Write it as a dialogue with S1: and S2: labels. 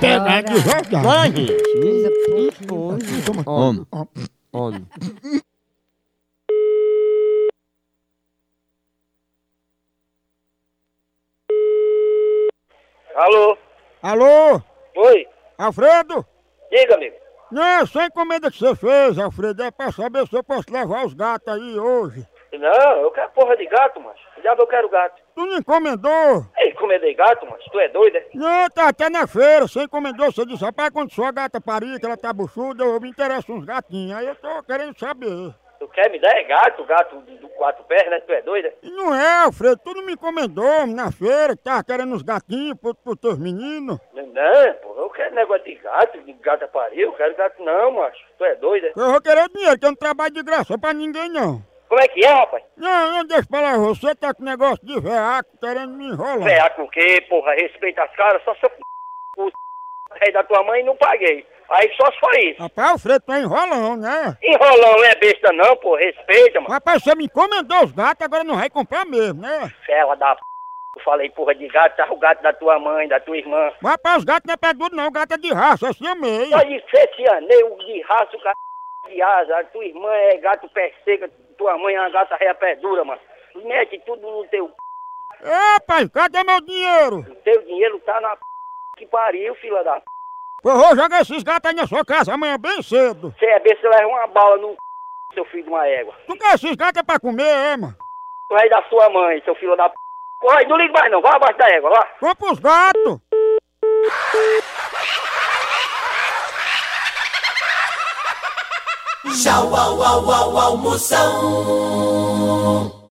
S1: pegar de verdade.
S2: Bora, gente.
S3: Coisa pouca coisa.
S1: Toma.
S2: Homem.
S1: Ó,
S2: Homem.
S4: Alô?
S1: Alô?
S4: Oi?
S1: Alfredo?
S4: Diga, amigo.
S1: Não, só a encomenda que você fez, Alfredo, é pra saber se eu posso levar os gatos aí hoje.
S4: Não, eu quero porra de gato, mas. Diabo, eu quero gato.
S1: Tu não encomendou?
S4: Ei, comedei gato, mas. Tu é doido, é?
S1: Não, tá até na feira, você encomendou, você disse, rapaz, quando sua gata parir, que ela tá buchuda, eu me interesso uns gatinhos, aí eu tô querendo saber.
S4: Tu quer me dar é gato, gato de, de quatro pernas, tu é doido, é?
S1: E não é, Alfredo, tu não me encomendou na feira, que tava querendo uns gatinhos pro- pros teus meninos.
S4: Não, porra, eu quero negócio de gato, de gata pariu, eu quero gato não, macho. Tu é doido, é?
S1: Eu vou querer dinheiro, que eu não trabalho de graça pra ninguém, não.
S4: Como é que é, rapaz?
S1: Não, eu deixo pra lá, você tá com negócio de veaco, querendo me enrolar.
S4: Ferrar com o quê, porra? Respeita as caras, só se eu f- o c... rei da tua mãe e não paguei. Aí só se foi isso.
S1: Rapaz, Alfredo, tá enrolando, né?
S4: Enrolão é besta não, pô, respeita, mano.
S1: Rapaz, você me encomendou os gatos, agora não vai comprar mesmo, né?
S4: Fela da p... Eu falei, porra de gato, tá o gato da tua mãe, da tua irmã.
S1: Mas, Rapaz, os gatos não é pra tudo não, gato é de raça, assim eu meio.
S4: Só de sete o de raça, o cara é de asa. A tua irmã é gato pé seca, tua mãe é uma gata réa pé dura, mano. Mete tudo no teu c...
S1: Ô, pai, cadê meu dinheiro?
S4: O teu dinheiro tá na p... que pariu, fila da p...
S1: Pô, eu vou jogar esses gatos aí na sua casa amanhã bem cedo.
S4: Você é besta, leva uma bala no c... seu filho de uma égua.
S1: Tu quer esses gatos é pra comer, é, mano?
S4: Tu é da sua mãe, seu filho da p... Corre, não liga mais não, vai abaixo da égua, lá.
S1: Compra os gatos.
S5: Tchau, au, au, au, almoção.